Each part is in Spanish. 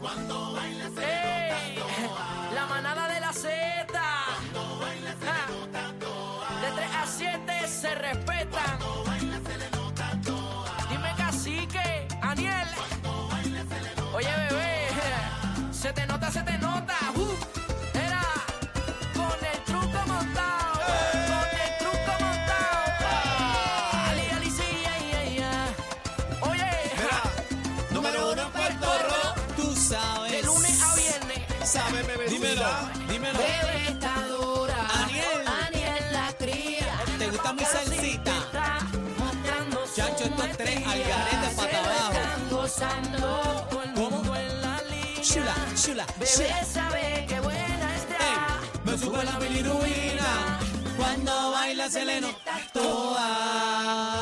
Cuando bailas se ¡Ey! le nota toa. La manada de la Z. Cuando bailas se Ah. le nota toa. De 3 a 7 se respetan. Cuando bailas se le nota toa. Dime cacique, Aniel. Oye, bebé, se te nota, se te nota. Uh, era con el truco montado. Con el truco montado. Ali, ali, sí, ay, ay, ay. Oye, Número uno en Puerto Rico, tú sabes. de lunes a viernes. Sabe, Dímelo, dímelo. Bebé está dura. Aniel. Aniel la cría. ¿Te gusta mi Casi salsita? está mostrando su Chacho, estos tres maestría. al garete pata Se lo abajo. están gozando, todo el ¿Cómo? mundo en la línea. Chula, chula, Bebé chula. sabe que buena está. Ey, me sube la bilirubina. Cuando baila se le nota toda.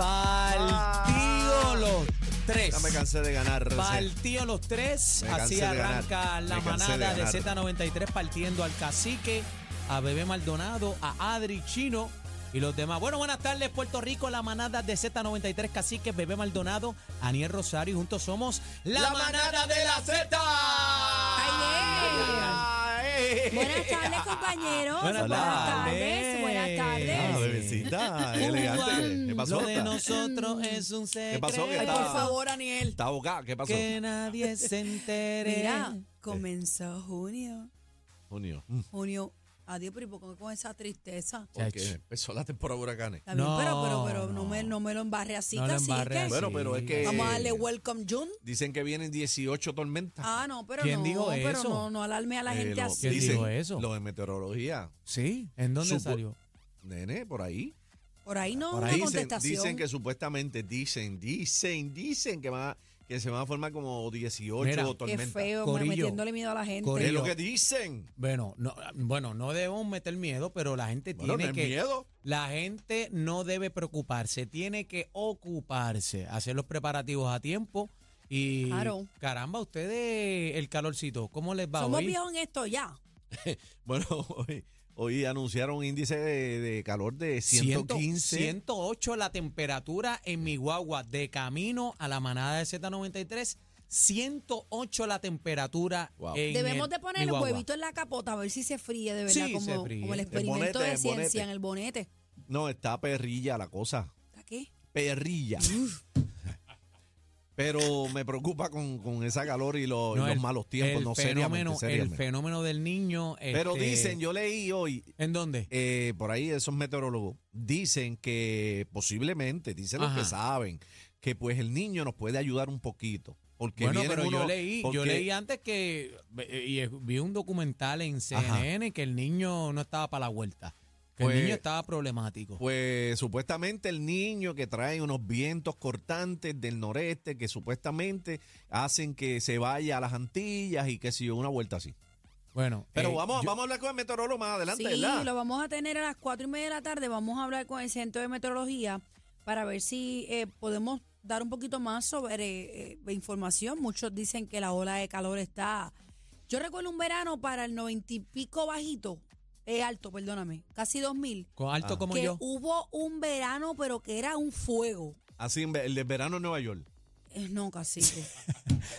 Ah. Partido los tres. Ya me cansé de ganar. Partió los tres, Me así cansé de arranca ganar. la Me cansé manada de de, ganar. Z93 partiendo al cacique, a Bebé Maldonado, a Adri Chino y los demás. Bueno, buenas tardes Puerto Rico, la manada de Z93 cacique, Bebé Maldonado, Aniel Rosario y juntos somos la, manada de la eh. Z. Ay, ey. Buenas tardes, compañeros. Buenas tardes. tardes. Buenas Ah, tardes. bebecita, elegante. ¿Qué pasó? Lo de está? nosotros es un secreto. pasó? ¿Qué Ay, tal? por favor, Aniel. Está abogada, ¿qué pasó? Que nadie se entere. Mira, comenzó junio. Junio. Mm, Junio, adiós, pero ¿y por qué con esa tristeza? porque Chacho. empezó la temporada de huracanes. Está bien, No, pero, pero, pero no, no. me, no me lo embarre así, No lo así embarre es que así. Bueno, pero es que. vamos a darle welcome June. Dicen que vienen 18 tormentas. Ah, no, pero ¿Quién no, dijo pero eso? no, no alarme a la Eh, gente lo- así. ¿Quién dicen dijo eso? Lo de meteorología. Sí, ¿en dónde Supo- salió? Nene, por ahí. Por ahí no, Por una ahí dicen, contestación. dicen que supuestamente dicen, dicen, dicen que, van a- que se van a formar como 18 Mira. Qué Qué tormentas. feo, me- Corillo. metiéndole miedo a la gente. Corillo. Es lo que dicen. Bueno, no, bueno, no debemos meter miedo, pero la gente Bueno, no tiene es que miedo. la gente no debe preocuparse, tiene que ocuparse, hacer los preparativos a tiempo y Claro. caramba, ustedes el calorcito, ¿cómo les va Somos hoy? viejos en esto ya. Bueno, hoy, hoy anunciaron un índice de, de calor de 115. 108 la temperatura en mi guagua de camino a la manada de Z93. 108 la temperatura. Wow. en Debemos el- de mi poner el guagua. huevito en la capota a ver si se fríe de verdad, Sí, se como, fríe. como el El experimento bonete, de el ciencia bonete. en el bonete. No, está perrilla la cosa. ¿Está qué? Perrilla. Pero me preocupa con, con esa calor y, los- y No, los el- malos tiempos. el no fenómeno, seriamente, seriamente. El fenómeno del niño. Pero este, dicen, yo leí hoy, ¿En dónde? eh, por ahí esos meteorólogos, dicen que posiblemente, dicen los Ajá. que saben, que pues el niño nos puede ayudar un poquito. Porque bueno, vienen pero yo unos- leí, yo porque- leí antes que eh, y eh, vi un documental en Ajá. CNN que el niño no estaba para la vuelta, que Pues- el niño estaba problemático. Pues supuestamente el niño que trae unos vientos cortantes del noreste que supuestamente hacen que se vaya a las Antillas y que si una vuelta así. bueno, Pero eh, vamos, yo- vamos a hablar con el meteorólogo más adelante, Sí, ¿verdad? lo vamos a tener a las cuatro y media de la tarde. Vamos a hablar con el Centro de Meteorología para ver si eh, podemos dar un poquito más sobre eh, de información. Muchos dicen que la ola de calor está... Yo recuerdo un verano para el noventa y pico bajito, eh, alto, perdóname, casi dos mil, con alto Ah. como que yo. hubo un verano pero que era un fuego. Así en ve- el de verano en Nueva York. Eh, No, casi.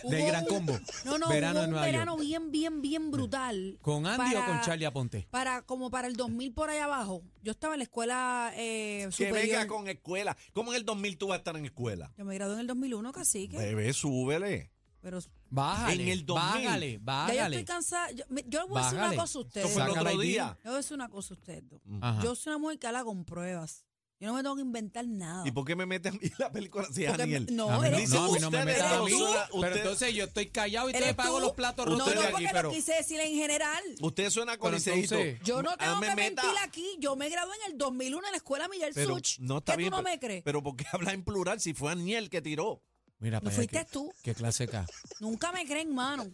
Del Hubo Gran un- Combo. No, no, Verano verano en un Nueva York. verano bien, bien, bien brutal. ¿Con Andy o para- con Charlie Aponte? Para como para el 2000 por ahí abajo. Yo estaba en la escuela eh, superior. Que venga con escuela. ¿Cómo en el 2000 tú vas a estar en escuela? Yo me gradué en el 2001, casi que. Bebé, súbele. Pero Bájale, En el 2000. bájale, ya yo bájale. estoy cansada. Yo, me- yo le voy a decir una Bájale. cosa a Esto ustedes. fue el Sácala otro ahí, día. Yo voy a decir una cosa a ustedes dos. Ajá. Yo soy una mujer que habla con pruebas. Yo no me tengo que inventar nada. ¿Y por qué me metes a mí en la película? Sí, Porque Daniel. me- no, a mí no, eres no, a mí tú, no me eres metas a mí. tú, Pero Usted- entonces yo estoy callado y te eres pago tú. los platos No, no, rotos de rotos aquí, porque pero... lo quise decir en general. Usted suena con Pero entonces- Yo no tengo que ah, meta. mentir aquí. Yo me gradué en el 2001 en la escuela Miguel Pero Such. no está ¿Qué bien. tú no pero- me crees? Pero ¿por qué habla en plural si fue Aniel que tiró? Mira, No para allá, fuiste qué- tú. Qué clase acá. Nunca me creen, mano.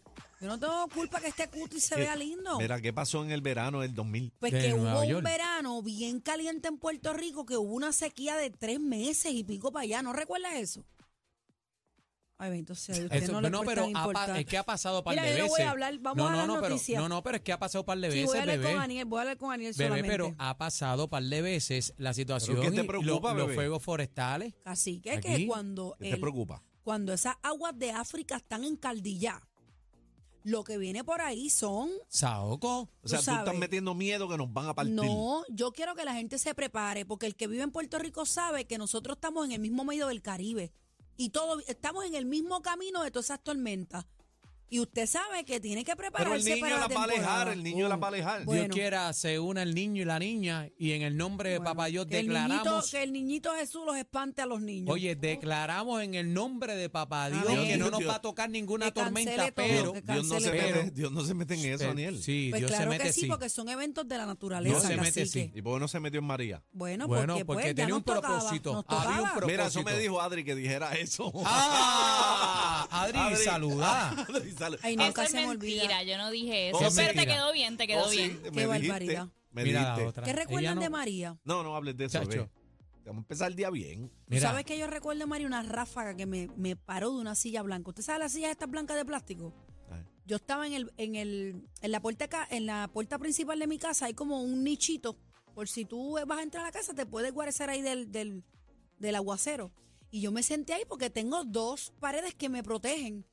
Yo no tengo culpa que este cutis se Eh, vea lindo. Mira, ¿qué pasó en el verano del 2000? Pues De que Nueva hubo York. un verano bien caliente en Puerto Rico, que hubo una sequía de tres meses y pico para allá. ¿No recuerdas eso? Ay, bendito sea Dios, usted Eso- no, le no, cuesta pero ha pa- importar. es que ha pasado par Mira, de yo no veces. voy a hablar, vamos no, a no, las no, pero, noticias. no, no, pero es que ha pasado par de Sí, veces, voy a hablar bebé. con Aniel, voy a hablar con Aniel Bebé, solamente. pero ha pasado par de veces la situación ¿Pero qué te y lo- preocupa, los bebé? fuegos forestales. Así que, Aquí, que cuando, ¿Qué te el- preocupa? cuando esas aguas de África están en caldilla, lo que viene por ahí son Saoco. O sea, tú tú, sabes. estás metiendo miedo que nos van a partir. No, yo quiero que la gente se prepare, porque el que vive en Puerto Rico sabe que nosotros estamos en el mismo medio del Caribe y todo, estamos en el mismo camino de todas esas tormentas. Y usted sabe que tiene que prepararse Pero el niño para la va a alejar, temporada. el niño la va a alejar. Bueno. Dios quiera se una el niño y la niña y en el nombre de Bueno, Papá Dios que el niñito- declaramos. que el niñito Jesús los espante a los niños. Oye, declaramos en el nombre de Papá Dios Dios, que no Dios, nos Dios. va a tocar Que ninguna cancele tormenta, todo, pero que Dios, no se cancele. mete, Pero- Dios no se mete en eso, Pero- Daniel. Sí, pues Dios claro se mete que sí, sí. porque son eventos de la naturaleza. No se mete, cacique. sí. ¿Y por qué no se metió en María? Bueno, Bueno, porque, porque pues, ya tenía nos un tocaba, propósito, nos había un tocaba. propósito. Mira, eso me dijo Adri que dijera eso. Ah, Adri, saluda. Adri, saluda. Ay, Ah, nunca Eso se es me olvida. mentira, yo no dije eso. Oh, pero sí. te Mentira. quedó bien, te quedó oh, sí, bien. me dijiste, barbaridad. Me Mira la dijiste. otra. ¿Qué Ella recuerdan no- de María? No, no hables de eso, Chacho. bebé. Vamos a empezar el día bien. ¿Tú Mira, ¿Sabes que yo recuerdo, María, una ráfaga que me, me paró de una silla blanca? ¿Usted sabe las sillas estas blancas de plástico? Ajá. Yo estaba en el, en el, en la puerta ca- en la puerta principal de mi casa, hay como un nichito. Por si tú vas a entrar a la casa, te puedes guarecer ahí del, del, del aguacero. Y yo me senté ahí porque tengo dos paredes que me protegen.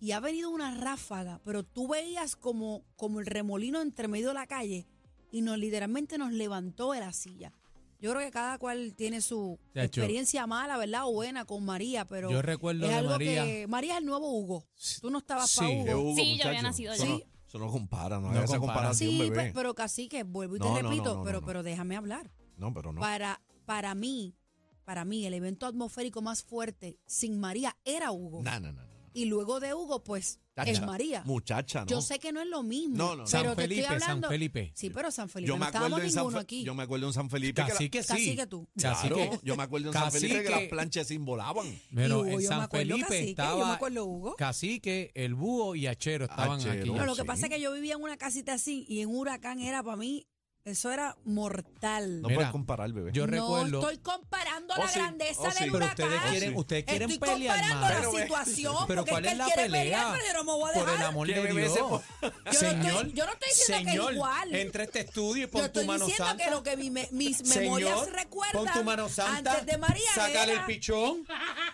Y ha venido una ráfaga, pero tú veías como, como el remolino entre medio de la calle y nos literalmente nos levantó de la silla. Yo creo que cada cual tiene su Chacho. experiencia mala, ¿verdad? O buena con María, pero Yo recuerdo es de algo María. que María es el nuevo Hugo. Tú no estabas Sí. para Eh, Hugo. Hugo, Sí, yo había muchacho, nacido eso ya. no- Eso no compara, no, No hagas esa compara. comparación, Sí, bebé. pe- pero casi que vuelvo y te No, no, no, repito, no, pero no. pero déjame hablar. no, pero no. Para para mí, para mí el evento atmosférico más fuerte sin María era Hugo. No, no, no, no, no. Y luego de Hugo, pues es Chacha, María. Muchacha, ¿no? Yo sé que no es lo mismo. No, no, no. pero San te Felipe, estoy San hablando. Felipe. Sí, pero San Felipe. yo no me acuerdo estábamos en San ninguno Fe- aquí. Yo me acuerdo en San Felipe que la- Cacique sí. Cacique tú. Cacique. Claro, yo me acuerdo en San Felipe que Cacique. las planchas sin volaban. Bueno, Y Hugo, en yo me San acuerdo Felipe cacique, estaba yo me acuerdo Hugo. Cacique, el búho y Achero estaban Achero. aquí. No, lo Sí. que pasa es que yo vivía en una casita así y en un huracán era para mí, eso era mortal. No Mira, puedes comparar, bebé. Yo No recuerdo. estoy comparando Oh, la sí, grandeza oh, sí. del Pero huracán. ustedes Ah, quieren, sí. ustedes quieren Estoy pelear comparando más. la Pero ve- situación. Pero porque ¿cuál el es que la quiere pelea? pelear, pero yo no me voy a Por el dejar. amor Que de bebé Dios. se po- Yo no estoy- yo no estoy diciendo que es señor, igual. Entra a este estudio y Yo pon tu estoy mano diciendo santa. que lo que mi me- mis memorias Señor, recuerdan pon tu mano santa. antes de María Sácale era- el pichón.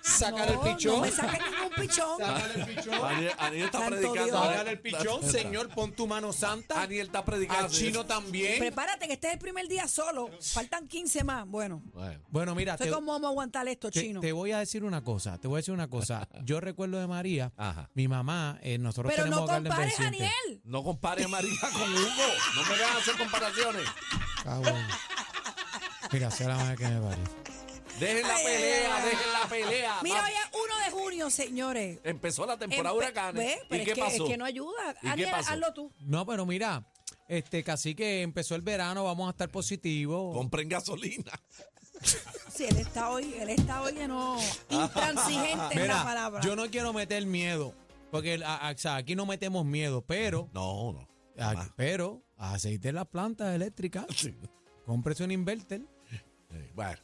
Sácale No, el pichón. No me saques ningún pichón. sácale el pichón. Aniel, Aniel está Santo predicando. Dios. Sácale el pichón. Señor, pon tu mano santa. Aniel está Al predicando. chino también. Prepárate que este es el primer día solo. Faltan 15 más. Bueno, Bueno, Bueno, mira, sé te, cómo vamos a aguantar esto, te- chino. te voy a decir una cosa. Te voy a decir una cosa. Yo recuerdo de María, Ajá. mi mamá, eh, nosotros Pero tenemos no a Carmen compares a Vicente. Aniel. No compare a María con Hugo. No me vean hacer comparaciones. Cabrón. Ah, Mira, sea la madre que me parió. Dejen la Ay, ay, pelea, ay. dejen la pelea. Mira, Va- hoy es 1 de junio, señores. Empezó la temporada Empe- huracanes. Ve, pero ¿Y es qué que- pasó? Es que no ayuda. qué Aniel, pasó? hazlo tú. No, pero mira, este, casi que empezó el verano, vamos a estar positivos. Compren gasolina. Sí, él está hoy, él está hoy que no. Intransigente es la Mira, palabra. yo no quiero meter miedo, porque el- a- a- o sea, aquí no metemos miedo, pero, No, no. a- jamás. pero aceite en las plantas eléctricas, Sí. cómprese un inverter. Eh, Bueno.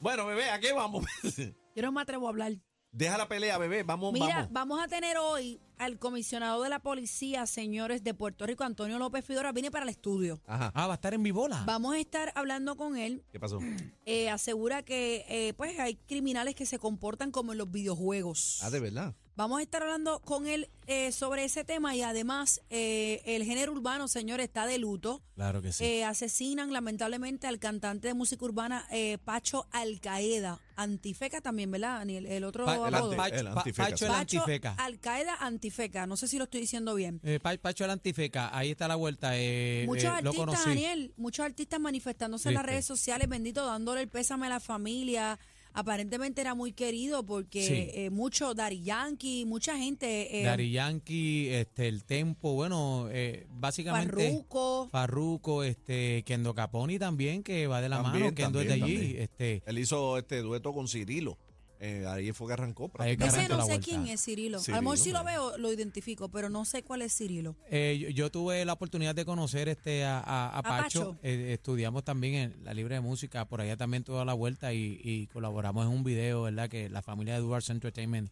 Bueno, bebé, ¿a qué vamos? Yo no me atrevo a hablar. Deja la pelea, bebé. Vamos, Mira, vamos. vamos a tener hoy al comisionado de la policía, señores de Puerto Rico, Antonio López Figueroa, viene para el estudio. Ajá. Ah, va a estar en mi bola. Vamos a estar hablando con él. ¿Qué pasó? Eh, asegura que eh, pues hay criminales que se comportan como en los videojuegos. Ah, de verdad. Vamos a estar hablando con él eh, sobre ese tema y además eh, el género urbano, señores, está de luto. Claro que sí. Eh, asesinan lamentablemente al cantante de música urbana eh, Pacho Alcaeda, Antifeca también, ¿verdad, Daniel? El otro Pa- apodo. el apodo. anti- Pacho- El Pa- antifeca, Pacho sí. el Pacho antifeca. Alcaeda Antifeca, no sé si lo estoy diciendo bien. Eh, Pa- Pacho el antifeca, ahí está la vuelta. eh, Muchos eh, lo artistas, conocí. Este. Daniel, muchos artistas manifestándose en las Triste. redes sociales, bendito, dándole el pésame a la familia. Aparentemente era muy querido porque Sí. eh, mucho Dari Yankee, mucha gente, eh, Dari Yankee, este, el Tempo, bueno, eh, básicamente. Farruko. Farruko, este, Kendo Caponi también, que va de la También, mano, Kendo es de allí. también, también. Este, Él hizo este dueto con Cirilo. Eh, ahí fue que arrancó. Ahí que Ese Garante no la sé vuelta. quién es Cirilo. A Cirilo, lo mejor si lo hombre. veo, lo identifico, pero no sé cuál es Cirilo. eh, yo, yo tuve la oportunidad de conocer este a, a- a A Pacho. Pacho. Eh, estudiamos también en la Libre de Música, por allá también toda la vuelta y, y colaboramos en un video, ¿verdad? Que la familia de Edwards Entertainment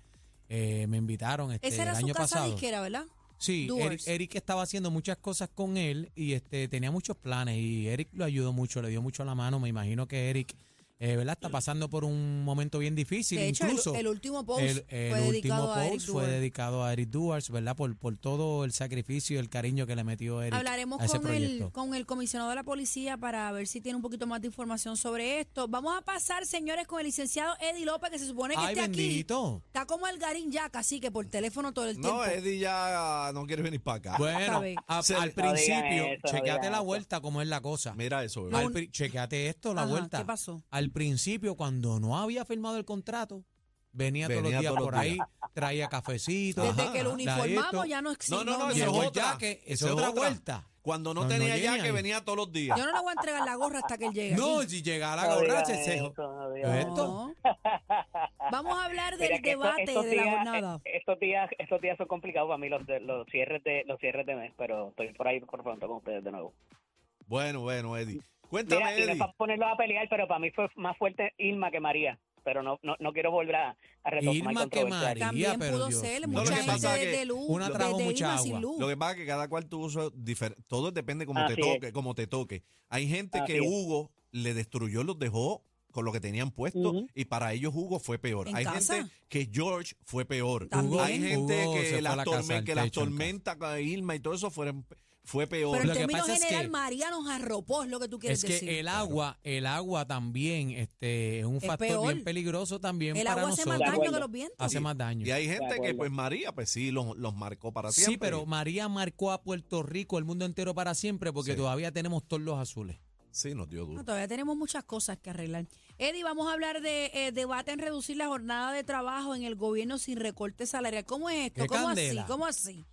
eh, me invitaron este, Esa era el su año casa pasado. disquera, ¿verdad? Sí, Doors. Eric, Eric estaba haciendo muchas cosas con él y este tenía muchos planes y Eric lo ayudó mucho, le dio mucho la mano. Me imagino que Eric, eh, ¿verdad? Está pasando por un momento bien difícil. de hecho, el- Incluso el, último post el- el fue dedicado último a Eric post fue Duer. dedicado a Eric Duars, ¿verdad? Por, por todo el sacrificio y el cariño que le metió Eric Hablaremos a ese con el, proyecto. con el comisionado de la policía para ver si tiene un poquito más de información sobre esto. Vamos a pasar, señores, con el licenciado Eddie López, que se supone que ¡Ay, esté aquí. bendito! eh, Está como el garín ya, así que por teléfono todo el tiempo. No, Eddie ya no quiere venir para Ah, acá. Bueno, bien. a- Se- al No digan principio, eso, no chequeate digan la eso. vuelta como es la cosa. Mira eso, bebé. Al pri- chequeate esto, la Ajá, vuelta. ¿Qué pasó? Al principio, cuando no había firmado el contrato, venía, todos Venía los días todos los por ahí, días. traía cafecito. Desde Ajá, que lo la esto. uniformamos ya no existe. No, no, no, me eso es Llegó acuerdo. el otra. jaque, eso Eso es es otra otra. vuelta. Cuando no, No, no tenía llegan. ya que venía todos los días. Yo no le voy a entregar la gorra hasta que él llegue. No, aquí. si llegaba la No digan borracha, ese- eso, no digan Pero eso. esto- No. Vamos a hablar del Mira que esto- debate de la días, jornada. eh, Estos días, estos días son complicados para mí los, de- los cierres de los cierres de mes, pero estoy por ahí por pronto con ustedes de nuevo. Bueno, bueno, Eddie. Cuéntame, Mira, y no es Eddie. para ponerlos a pelear, pero para mí fue más fuerte Irma que María, pero no no, no quiero volver a, a retomar Irma que controversias. María. También pero pudo Dios ser mío. No, lo mucha que gente pasa es desde que luz, una tragó desde mucha Irma sin agua. luz. Lo que pasa es que cada cual tuvo su difer- todo depende como te Así toque, como te toque. Hay gente Así que es. Hugo le destruyó, los dejó con lo que tenían puesto Ujú. y para ellos Hugo fue peor. ¿En Hay casa? gente que George fue peor. También. Hay gente Hugo se fue que a las la casa, tormen- al que las techo en tormentas, Irma y todo eso fueron fue peor. Pero en Lo que términos pasa es que- general, María nos arropó, es lo que tú quieres Es que decir. el agua, el agua también este, es un Es factor peor. bien peligroso también El para agua hace nosotros. más De daño que acuerdo. los vientos. Hace más daño. y hay gente que acuerdo. pues María pues sí los, los marcó para siempre. Sí, pero María marcó a Puerto Rico, el mundo entero para siempre, porque Sí. todavía tenemos todos los azules. sí nos dio duro. No, todavía tenemos muchas cosas que arreglar. Eddie, vamos a hablar de eh, debate en reducir la jornada de trabajo en el gobierno sin recorte salarial. ¿Cómo es esto? ¡Qué ¿Cómo candela! así? ¿Cómo así?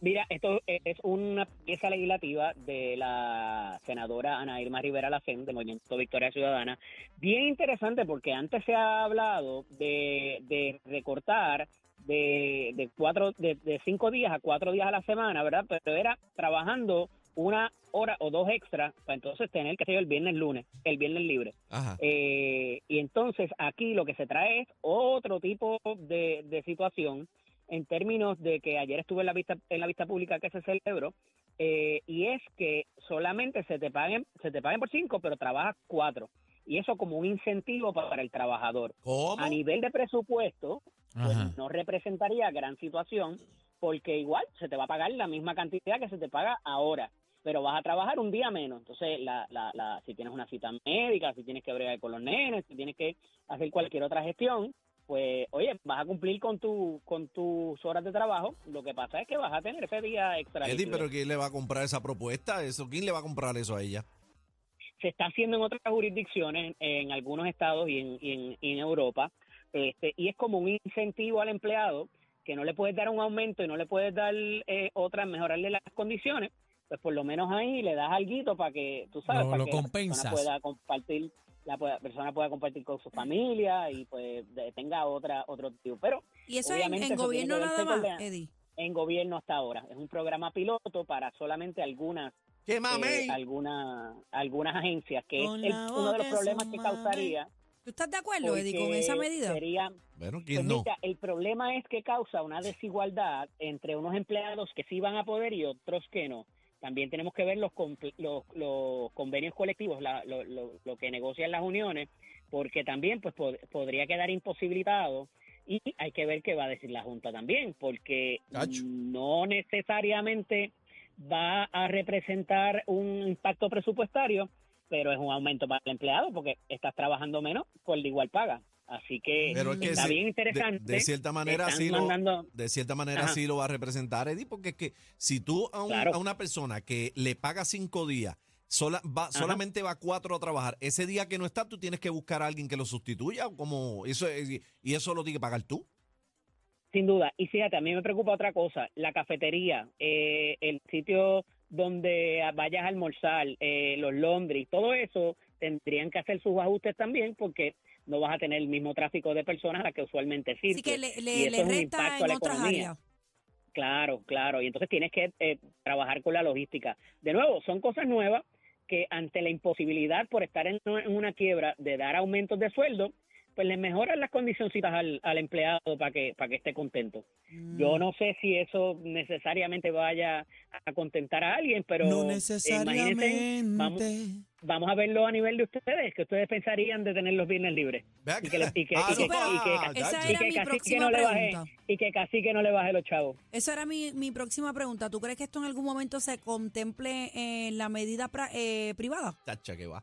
Mira, esto e-, es una pieza legislativa de la senadora Ana Irma Rivera Lacén, del Movimiento Victoria Ciudadana. Bien interesante porque antes se ha hablado de, de recortar de, de cuatro, de, de cinco días a cuatro días a la semana, ¿verdad? Pero era trabajando una hora o dos extra para entonces tener, que sé yo, el viernes lunes, el viernes libre. Ajá. Eh, y entonces aquí lo que se trae es otro tipo de, de situación en términos de que ayer estuve en la vista en la vista pública que se celebró eh, y es que solamente se te paguen se te paguen por cinco pero trabajas cuatro y eso como un incentivo para el trabajador ¿Cómo? a nivel de presupuesto pues, Ajá. no representaría gran situación porque igual se te va a pagar la misma cantidad que se te paga ahora, pero vas a trabajar un día menos. Entonces, la, la, la, si tienes una cita médica, si tienes que bregar con los nenes, si tienes que hacer cualquier otra gestión, pues, oye, vas a cumplir con tu con tus horas de trabajo. Lo que pasa es que vas a tener ese día extra. Eddie, libre. pero ¿quién le va a comprar esa propuesta? Eso, ¿quién le va a comprar eso a ella? se está haciendo en otras jurisdicciones, en algunos estados y en, y en, y en Europa, este, y es como un incentivo al empleado que no le puedes dar un aumento y no le puedes dar eh, otra, mejorarle las condiciones, pues por lo menos ahí le das algo para que tú sabes, Lo- para lo que la compensas. persona pueda compartir, la pueda- persona pueda compartir con su familia y pues de- tenga otra otro tipo. Pero Y eso es en- en, Obviamente, eso tiene gobierno que ver nada con más, la- Eddie. en gobierno hasta ahora es un programa piloto para solamente algunas ¡Qué eh, mamey! alguna- algunas agencias, que es Con el- la uno de los boca problemas su que madre. causaría. ¿Tú estás de acuerdo, Eddie, con porque esa medida? Sería, bueno, pues ¿quién no? mira, el problema es que causa una desigualdad entre unos empleados que sí van a poder y otros que no. También tenemos que ver los, comple- los, los convenios colectivos, la- lo, lo- lo que negocian las uniones, porque también pues pod- podría quedar imposibilitado y hay que ver qué va a decir la Junta también, porque Cacho. no necesariamente va a representar un impacto presupuestario, pero es un aumento para el empleado porque estás trabajando menos por la igual paga. Así que Pero es que está sí, bien de, interesante. de cierta manera Están sí lo, mandando- de cierta manera Ajá. sí lo va a representar Eddie, porque es que si tú a, un- Claro. a una persona que le paga cinco días, sola- va- solamente va cuatro a trabajar, ese día que no está, tú tienes que buscar a alguien que lo sustituya, o como eso es- y eso lo tienes que pagar tú. Sin duda. Y fíjate, a mí me preocupa otra cosa, la cafetería, eh, el sitio donde vayas a almorzar, eh, los laundry, todo eso tendrían que hacer sus ajustes también porque no vas a tener el mismo tráfico de personas a la que usualmente sirve. Así que le, le- y eso le es un resta impacto a en la otras economía. áreas. Claro, claro. Y entonces tienes que eh, trabajar con la logística. De nuevo, son cosas nuevas que ante la imposibilidad por estar en una, en una quiebra de dar aumentos de sueldo, pues le mejoran las condicioncitas al, al empleado para que, para que esté contento. Mm. Yo no sé si eso necesariamente vaya a contentar a alguien, pero no imagínense, vamos, necesariamente. vamos a verlo a nivel de ustedes, que ustedes pensarían de tener los viernes libres. Vea Y que le- y que- Ah, y que- no, y que- ah, esa chacho. era y mi que casi que próxima no le baje, pregunta. y que casi que no le baje los chavos. Esa era mi, mi próxima pregunta. ¿Tú crees que esto en algún momento se contemple en la medida pra- eh, privada? Chacha, que va.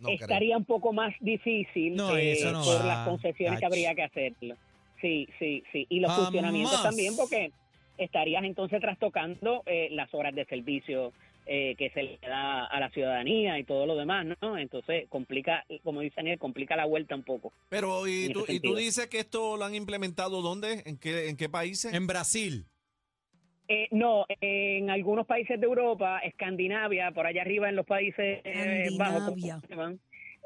No creo. estaría un poco más difícil No, eh, eso no por va, las concesiones que Ach. Ah, habría que hacerlo. Sí, sí, sí. Y los Jamás. funcionamientos también, porque estarías entonces trastocando eh, las horas de servicio eh, que se le da a la ciudadanía y todo lo demás, ¿no? Entonces complica, como dice Daniel, complica la vuelta un poco. Pero, ¿y En tú, ese ¿y tú sentido. dices que esto lo han implementado dónde? ¿En qué, en qué países? En Brasil. Eh, no, en algunos países de Europa, Escandinavia, por allá arriba en los países eh, bajos, ¿cómo Escandinavia. se llaman?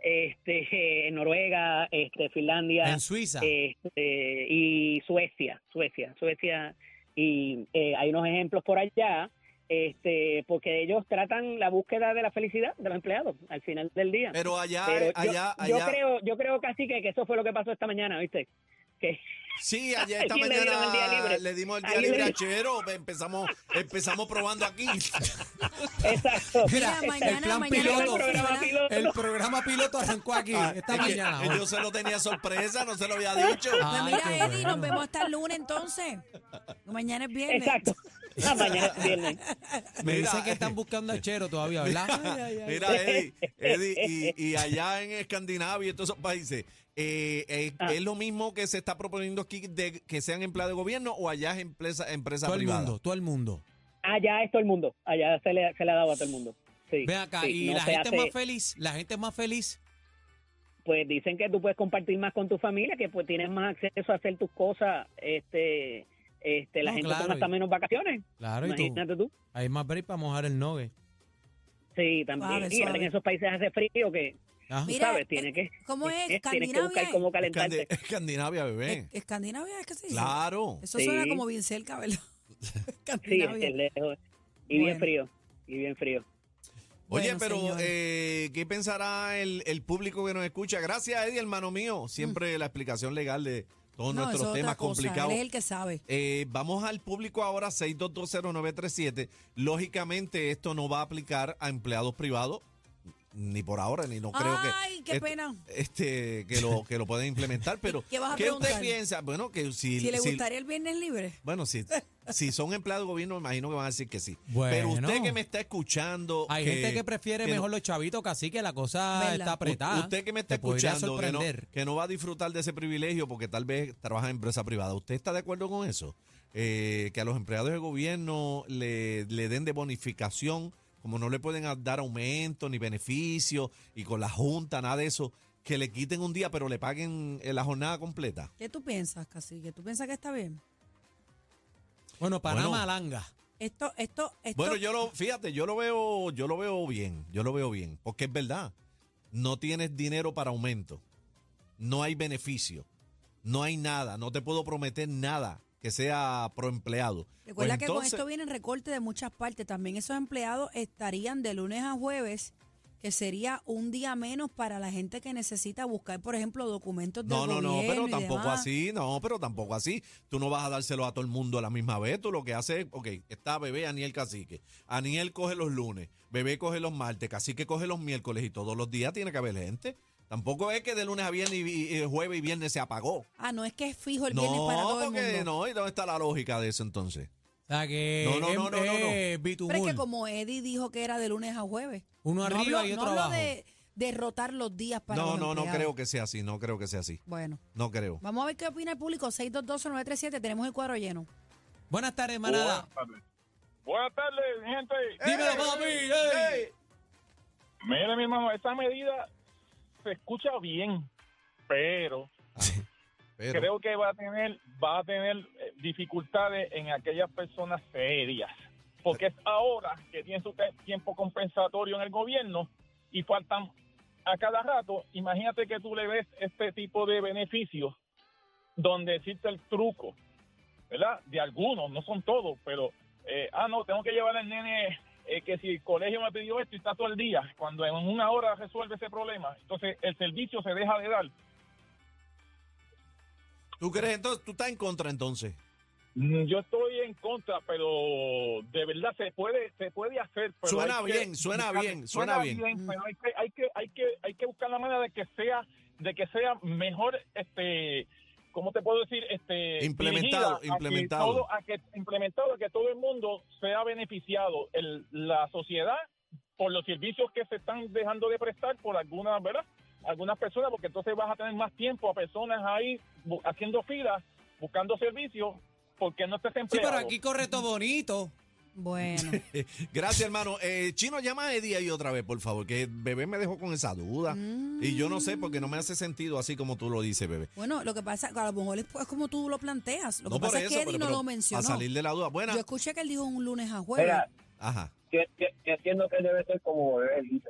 este, eh, Noruega, este, Finlandia, En Suiza. Este, y Suecia, Suecia, Suecia, y eh, hay unos ejemplos por allá, este, porque ellos tratan la búsqueda de la felicidad de los empleados al final del día. Pero allá, eh, Pero eh, yo- allá, yo, allá. creo, yo creo casi que, que eso fue lo que pasó esta mañana, ¿viste? Que Sí, ayer esta Aquí le dieron mañana el día libre. le dimos el día Ahí le libre a di- Chero. Empezamos, empezamos probando aquí. Ah, exacto. Mira, exacto. mañana- el plan mañana piloto. el programa piloto. El programa piloto arrancó aquí Ah, esta es que mañana. Yo se lo tenía sorpresa, no se lo había dicho. Ah. Pues Ay, mira, qué Eddie, bueno. nos vemos hasta el lunes entonces. Mañana es viernes. Exacto. Ah, mañana es viernes. Me Mira, eh. dicen que están buscando a Chero todavía, ¿verdad? Mira, Eddie, Eddie, y, y allá en Escandinavia y todos esos países, eh, eh, Ah. ¿es lo mismo que se está proponiendo aquí de que sean empleados de gobierno o allá es empresa, empresa Todo el privada? mundo, todo el mundo. Allá es todo el mundo. Allá se le, se le ha dado a todo el mundo. Sí, Ve acá, sí, y no la se gente hace- más feliz, la gente más feliz. pues dicen que tú puedes compartir más con tu familia, que pues tienes más acceso a hacer tus cosas, este, este, la No, gente claro, toma hasta y- menos vacaciones. Claro, y tú. Imagínate tú. Hay más break para mojar el nogue. Sí, también. Suave, Y suave. en esos países hace frío que, Ajá. tú Mira, ¿sabes? Tiene eh, que, ¿cómo es? tienes que buscar ¿Escandinavia? cómo Escandi- calentarte. Escandinavia, bebé. Es- Escandinavia es que se dice. Claro. Eso Sí. suena como bien cerca, ¿verdad? Sí, es Escandinavia. que es lejos. Y Bueno. bien frío. Y bien frío. Oye, Bueno, pero señor. eh, ¿qué pensará el, el público que nos escucha? Gracias, Eddie, hermano mío. Siempre la explicación legal de Mm. No, eso es todos nuestros otra temas cosa, complicados. Él es el que sabe. Eh, vamos al público ahora, 6220937. Lógicamente, esto no va a aplicar a empleados privados, ni por ahora, ni no creo que. Ay, qué este- pena. Este, que lo, que lo pueden implementar, pero. ¿Qué vas a usted preguntar? piensa? Bueno, que si. Si le si- gustaría el viernes libre. bueno, si, si son empleados de gobierno, me imagino que van a decir que sí. Pero Bueno. usted que me está escuchando. Hay gente que prefiere que no- mejor los chavitos que así que la cosa ¿Verdad? está apretada. Usted que me está Te podría escuchando, que no, sorprender. que no va a disfrutar de ese privilegio porque tal vez trabaja en empresa privada. ¿Usted está de acuerdo con eso? Eh, que a los empleados de gobierno le, le den de bonificación, como no le pueden a- dar aumento ni beneficio, y con la Junta, nada de eso, que le quiten un día, pero le paguen eh, la jornada completa. ¿Qué tú piensas, Cacique? ¿Tú piensas que está bien? Bueno, Panamá Bueno. langa. Esto, esto, esto. Bueno, yo lo, fíjate, yo lo veo, yo lo veo bien, yo lo veo bien, porque es verdad, no tienes dinero para aumento, no hay beneficio, no hay nada, no te puedo prometer nada que sea pro empleado. Recuerda Pues que entonces- con esto vienen recortes de muchas partes. También esos empleados estarían de lunes a jueves, que sería un día menos para la gente que necesita buscar, por ejemplo, documentos de No, no, no, pero y tampoco demás. así, no, pero tampoco así. Tú no vas a dárselo a todo el mundo a la misma vez. Tú lo que haces, ok, está bebé Aniel Cacique. Aniel coge los lunes, bebé coge los martes, Cacique coge los miércoles y todos los días tiene que haber gente. Tampoco es que de lunes a viernes y, y- y jueves y viernes se apagó. Ah, no es que es fijo el viernes No, para todo el mundo. porque no, ¿y dónde está la lógica de eso entonces? O sea que No, no, no, no, no, no. es Pero es bitumul. que como Eddie dijo que era de lunes a jueves. Uno no arriba habló- y no otro habló abajo. de derrotar los días para No, los no, no empleados. creo que sea así, no creo que sea así. Bueno, No creo. vamos a ver qué opina el público. 6220937, tenemos el cuadro lleno. Buenas tardes, manada. Buenas tardes, mi gente. Dímelo, papi. ey. Mira, mi hermano, esta medida se escucha bien, pero, Ah, Pero, creo que va a tener va a tener eh, dificultades en aquellas personas serias, porque es ahora que tienen su te- tiempo compensatorio en el gobierno y faltan a cada rato. Imagínate que tú le ves este tipo de beneficios donde existe el truco, ¿verdad? De algunos, no son todos, pero eh, ah, no, tengo que llevar al nene eh, que si el colegio me pidió esto y está todo el día, cuando en una hora resuelve ese problema, entonces el servicio se deja de dar ¿Tú crees entonces? ¿Tú estás en contra entonces? Mm, Yo estoy en contra, pero de verdad se puede, se puede hacer. Pero Suena hay que bien, suena buscar- bien, suena bien. pero hay que, hay que, hay que, hay que buscar la manera de que sea, de que sea mejor, este, ¿cómo te puedo decir? Este, dirigida Implementado, a que implementado. todo- a que, implementado, a que todo el mundo sea beneficiado, el, la sociedad por los servicios que se están dejando de prestar por algunas, ¿verdad? Algunas personas, porque entonces vas a tener más tiempo a personas ahí bu- haciendo filas, buscando servicios, porque no estés Sí, empleado. pero aquí corre todo bonito. Bueno, Gracias, hermano. Eh, Chino, llama a Eddie ahí otra vez, por favor, que bebé me dejó con esa duda. Y yo no Mm. sé, porque no me hace sentido así como tú lo dices, bebé. bueno, lo que pasa, a lo mejor es es como tú lo planteas. Lo que no pasa es que pero- Eddie no pero lo mencionó. A salir de la duda. Buena. Yo escuché que él dijo un lunes a jueves. Mira, Ajá. yo, yo- yo entiendo que debe ser como él dice.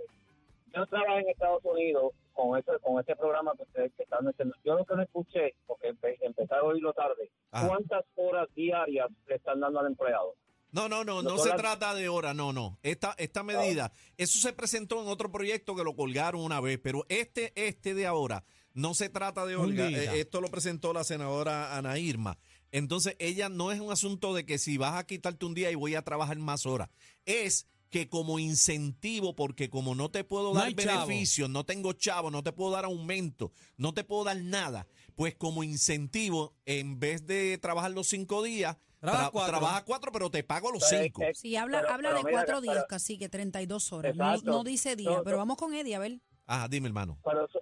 Yo trabajé en Estados Unidos con este, con este programa que ustedes que están haciendo. Yo lo que no escuché, porque empe- empecé a oírlo tarde, Ah. Ajá. ¿cuántas horas diarias le están dando al empleado? No, no, no, no Doctora- se trata de hora, no, no. Esta, esta medida, eso se presentó en otro proyecto que lo colgaron una vez, pero este, este de ahora, no se trata de Un Olga. día. eh, esto lo presentó la senadora Ana Irma. Entonces, ella no es un asunto de que si vas a quitarte un día y voy a trabajar más horas. Es que como incentivo, porque como no te puedo No dar hay chavo. beneficios, no tengo chavo, no te puedo dar aumento, no te puedo dar nada, pues como incentivo, en vez de trabajar los cinco días, Trabaja tra- cuatro. trabaja cuatro, pero te pago los Pero, cinco. eh, Sí, habla, pero- habla pero de mira, cuatro pero- días, casi que 32 horas. No, Exacto. no dice día, No, pero no. vamos con Eddie, a ver. Ajá, dime, hermano. Pero so-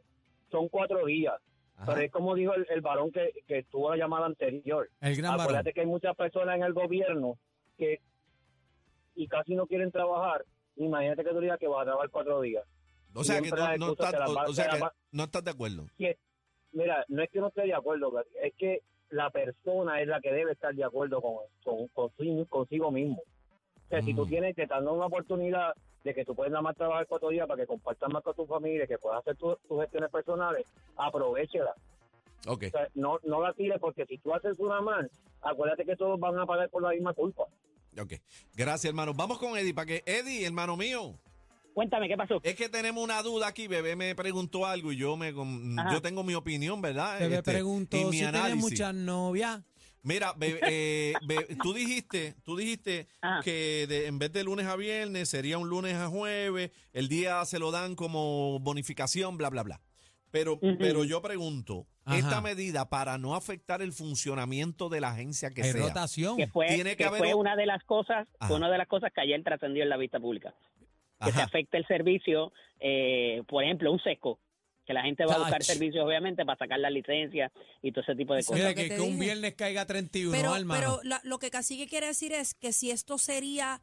son cuatro días. Ajá. Pero es como dijo el, el varón que, que tuvo la llamada anterior. El gran varón. Acuérdate que hay muchas personas en el gobierno que y casi no quieren trabajar. Imagínate que tú digas que vas a trabajar cuatro días. O sea, que siempre no, la no excusa estás, te la o- va- o sea te la que va- no estás de acuerdo. Mira, no es que no esté de acuerdo, Gary, es que la persona es la que debe estar de acuerdo con, con, con sí- consigo mismo. O sea, si tú Mm. tienes que dando una oportunidad de que tú puedes nada más trabajar cuatro días para que compartas más con tu familia, que puedas hacer tu- tus gestiones personales, aprovechela. Ok. O sea, no, no la tires porque si tú haces una mal, acuérdate que todos van a pagar por la misma culpa. Ok. Gracias, hermano. Vamos con Eddie, para que Eddie, hermano mío, Cuéntame, ¿qué pasó? es que tenemos una duda aquí. Bebé me preguntó algo y yo me con- Ajá. yo tengo mi opinión, ¿verdad? Te Este, pregunto y mi si tienes análisis. muchas novias. Mira, bebé, eh, bebé, tú dijiste, tú dijiste Ajá. que de- en vez de lunes a viernes sería un lunes a jueves, el día se lo dan como bonificación, bla, bla, bla. Pero, Ujú. pero yo pregunto, Ajá. esta medida para no afectar el funcionamiento de la agencia que Hay sea. rotación. Que fue, Tiene que que haber fue un- una de las cosas, fue Ajá. una de las cosas que ayer trascendió en la vista pública. que se Ajá. afecte el servicio, eh, por ejemplo, un sesco, que la gente va a buscar Ach. servicios obviamente para sacar la licencia y todo ese tipo de Eso es cosas. Mira, lo que que, te que un dije. viernes caiga 31, Pero, hermano. pero la- lo que Cacique quiere decir es que si esto sería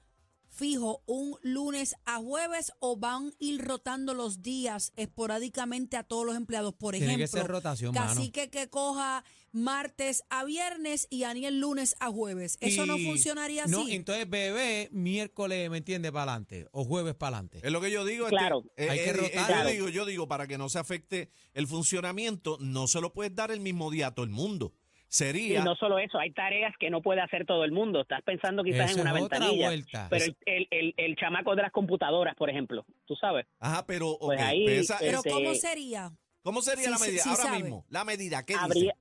fijo un lunes a jueves o van a ir rotando los días esporádicamente a todos los empleados. Por Tiene que ejemplo, ser rotación, mano. Cacique que coja martes a viernes y Aniel lunes a jueves. Eso no Y- funcionaría no, así. entonces bebé miércoles, ¿me entiendes? Para adelante. O jueves para adelante. Es lo que yo digo. Claro. eh, Hay que eh, eh, rotar. Yo Claro. digo, yo digo, para que no se afecte el funcionamiento, no se lo puedes dar el mismo día a todo el mundo. Y Sería. no solo eso, hay tareas que no puede hacer todo el mundo. Estás pensando quizás en Esa una es otra ventanilla. vuelta. Pero el, el, el, el chamaco de las computadoras, por ejemplo, tú sabes. Ajá, pero. ok, Pues ahí, pero esa- Pero este- ¿cómo sería? ¿Cómo sería sí, la sí, medida? sí Ahora sabe. mismo, la medida. ¿Qué Habría, dice?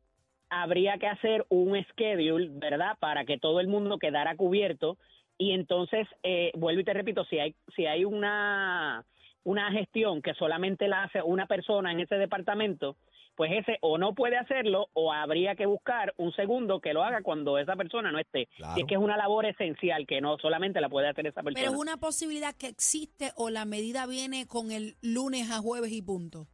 habría que hacer un schedule, ¿verdad? Para que todo el mundo quedara cubierto. Y entonces, eh, vuelvo y te repito, si hay, si hay una, una gestión que solamente la hace una persona en ese departamento, pues ese o no puede hacerlo o habría que buscar un segundo que lo haga cuando esa persona no esté. Claro. Si es que es una labor esencial que no solamente la puede hacer esa persona. Pero es una posibilidad que existe o la medida viene con el lunes a jueves y punto.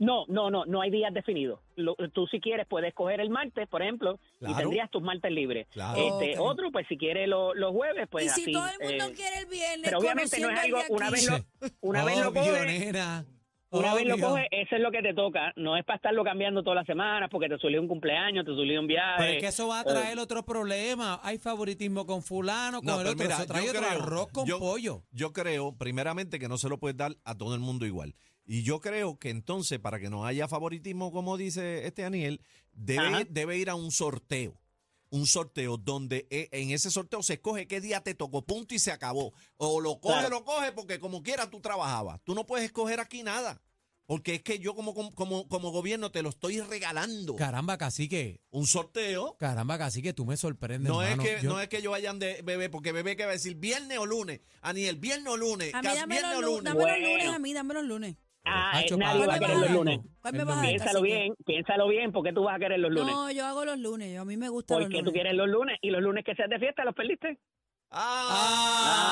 No, no, no, no hay días definidos. Lo- tú si quieres puedes coger el martes, por ejemplo, Claro. y tendrías tus martes libres. Claro. Este, Ok. Otro, pues si quieres lo- los jueves, pues y si así. todo el mundo eh, quiere el viernes, pero obviamente no es conociendo algo, al de una aquí. vez lo, una vez lo Obvio, coges, nena. una vez lo Obvio. coges, eso es lo que te toca. No es para estarlo cambiando todas las semanas porque te suele un cumpleaños, te suele un viaje. Pero es que eso eh. va a traer otro problema. Hay favoritismo con fulano, con No, el pero otro. mira, eso trae yo otro creo- arroz con yo- pollo. Yo creo, primeramente, que no se lo puedes dar a todo el mundo igual. Y yo creo que entonces, para que no haya favoritismo, como dice este Daniel, Ajá. debe, debe ir a un sorteo. Un sorteo donde eh, en ese sorteo se escoge qué día te tocó, punto y se acabó. O lo coge, Claro. lo coge, porque como quiera tú trabajabas. Tú no puedes escoger aquí nada. Porque es que yo como, como, como gobierno te lo estoy regalando. Caramba, cacique. Un sorteo. Caramba, cacique, tú me sorprendes. No es, mano. que, Yo- no es que yo vayan de bebé, porque bebé que va a decir viernes o lunes. Aniel, viernes o lunes. A mí Cas- dame viernes los, o lu- lunes. dame los Bueno. lunes, a mí dame los lunes. Ah, Hacho, eh, nadie para- va a querer los para- lunes. ¿Cuál me El vas a dar? domingo. Piénsalo cacique? bien, piénsalo bien, porque tú vas a querer los lunes. No, yo hago los lunes, yo, a mí me gusta los Porque lunes. tú quieres los lunes y los lunes que seas de fiesta los perdiste.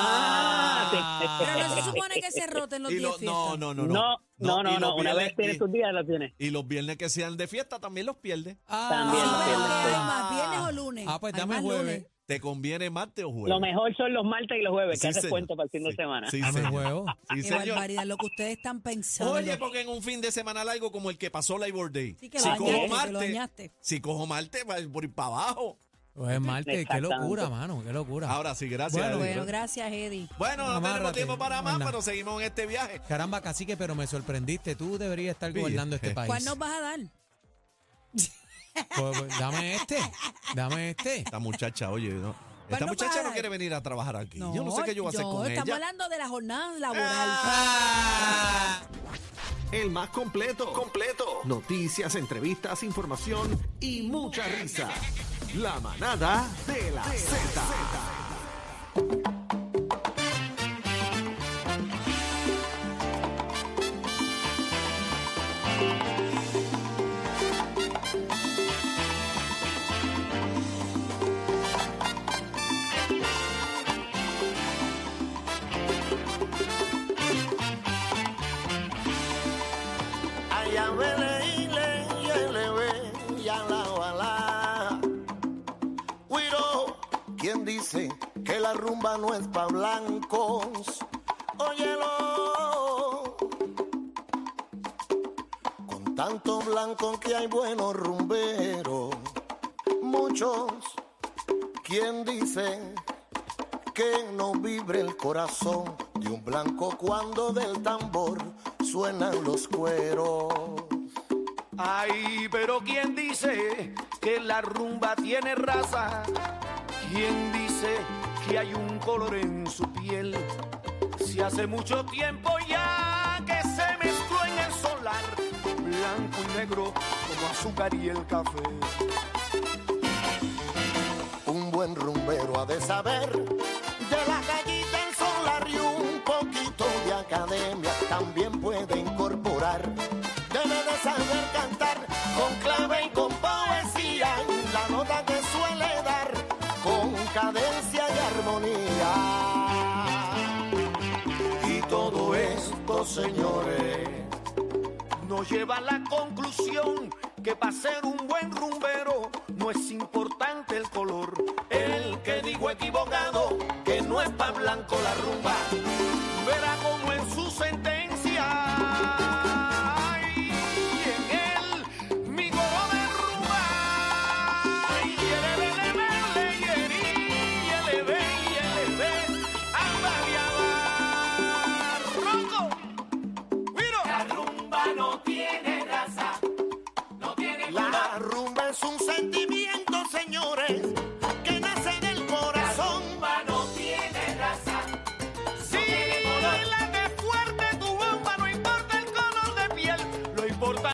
Ah. Pero no se supone que se roten los Y 10 lo- no, fiestas. no, no, No, no. no, no, y no. los Una viernes- vez tienes y- tus días, los tienes. Y los viernes que sean de fiesta también los pierdes. Ah, También Sí, lo pero entiendo, ¿qué hay sí. más? ¿Viernes o lunes? Ah, pues Hay dame más jueves. lunes. ¿Te conviene martes o jueves? Lo mejor son los martes y los jueves, Sí, que haces señor. cuento para el fin de Sí, semana. Sí, Dame señor. huevo. Sí, Qué señor. barbaridad, lo que ustedes están pensando. Oye, pues, porque en un fin de semana largo como el que pasó Labor Day. Sí, que lo si, dañaste, cojo que lo martes, dañaste. si cojo martes, va a ir para abajo. Pues es martes, qué Exactamente. locura, mano, qué locura. Ahora sí, gracias. Bueno, Eddie. Bueno, gracias, Eddie. Bueno, no tenemos Amárrate. tiempo para más, Anda. pero seguimos en este viaje. Caramba, cacique, pero me sorprendiste. Tú deberías estar Sí. gobernando este país. ¿Cuál nos vas a dar? Pues, pues, dame este, dame este. Esta muchacha, oye, ¿no? Esta ¿Cuándo muchacha no para? quiere venir a trabajar aquí. yo no sé qué yo voy a hacer pues, no, con ella. Ah, Estamos hablando de la jornada laboral. Ah. El más completo. Completo. Noticias, entrevistas, información y mucha risa. La manada de la Z. Allá me leíle y le ve y a la bala. Guiro, quien dice que la rumba no es pa' blancos. Óyelo. Con tanto blanco que hay buenos rumberos. Muchos, quien dice que no vibre el corazón de un blanco cuando del tambor suenan los cueros. Ay, pero ¿quién dice que la rumba tiene raza? ¿Quién dice que hay un color en su piel? Si hace mucho tiempo ya que se mezcló en el solar, blanco y negro como azúcar y el café. Un buen rumbero ha de saber de la gallita, el solar y un poquito de academia. También puede incorporar. Debe de saber cantar con clave y con poesía. La nota que suele dar con cadencia y armonía. Y todo esto, señores nos lleva a la conclusión que para ser un buen rumbero no es importante el color. El que digo equivocado, que no es pa' blanco la rumba,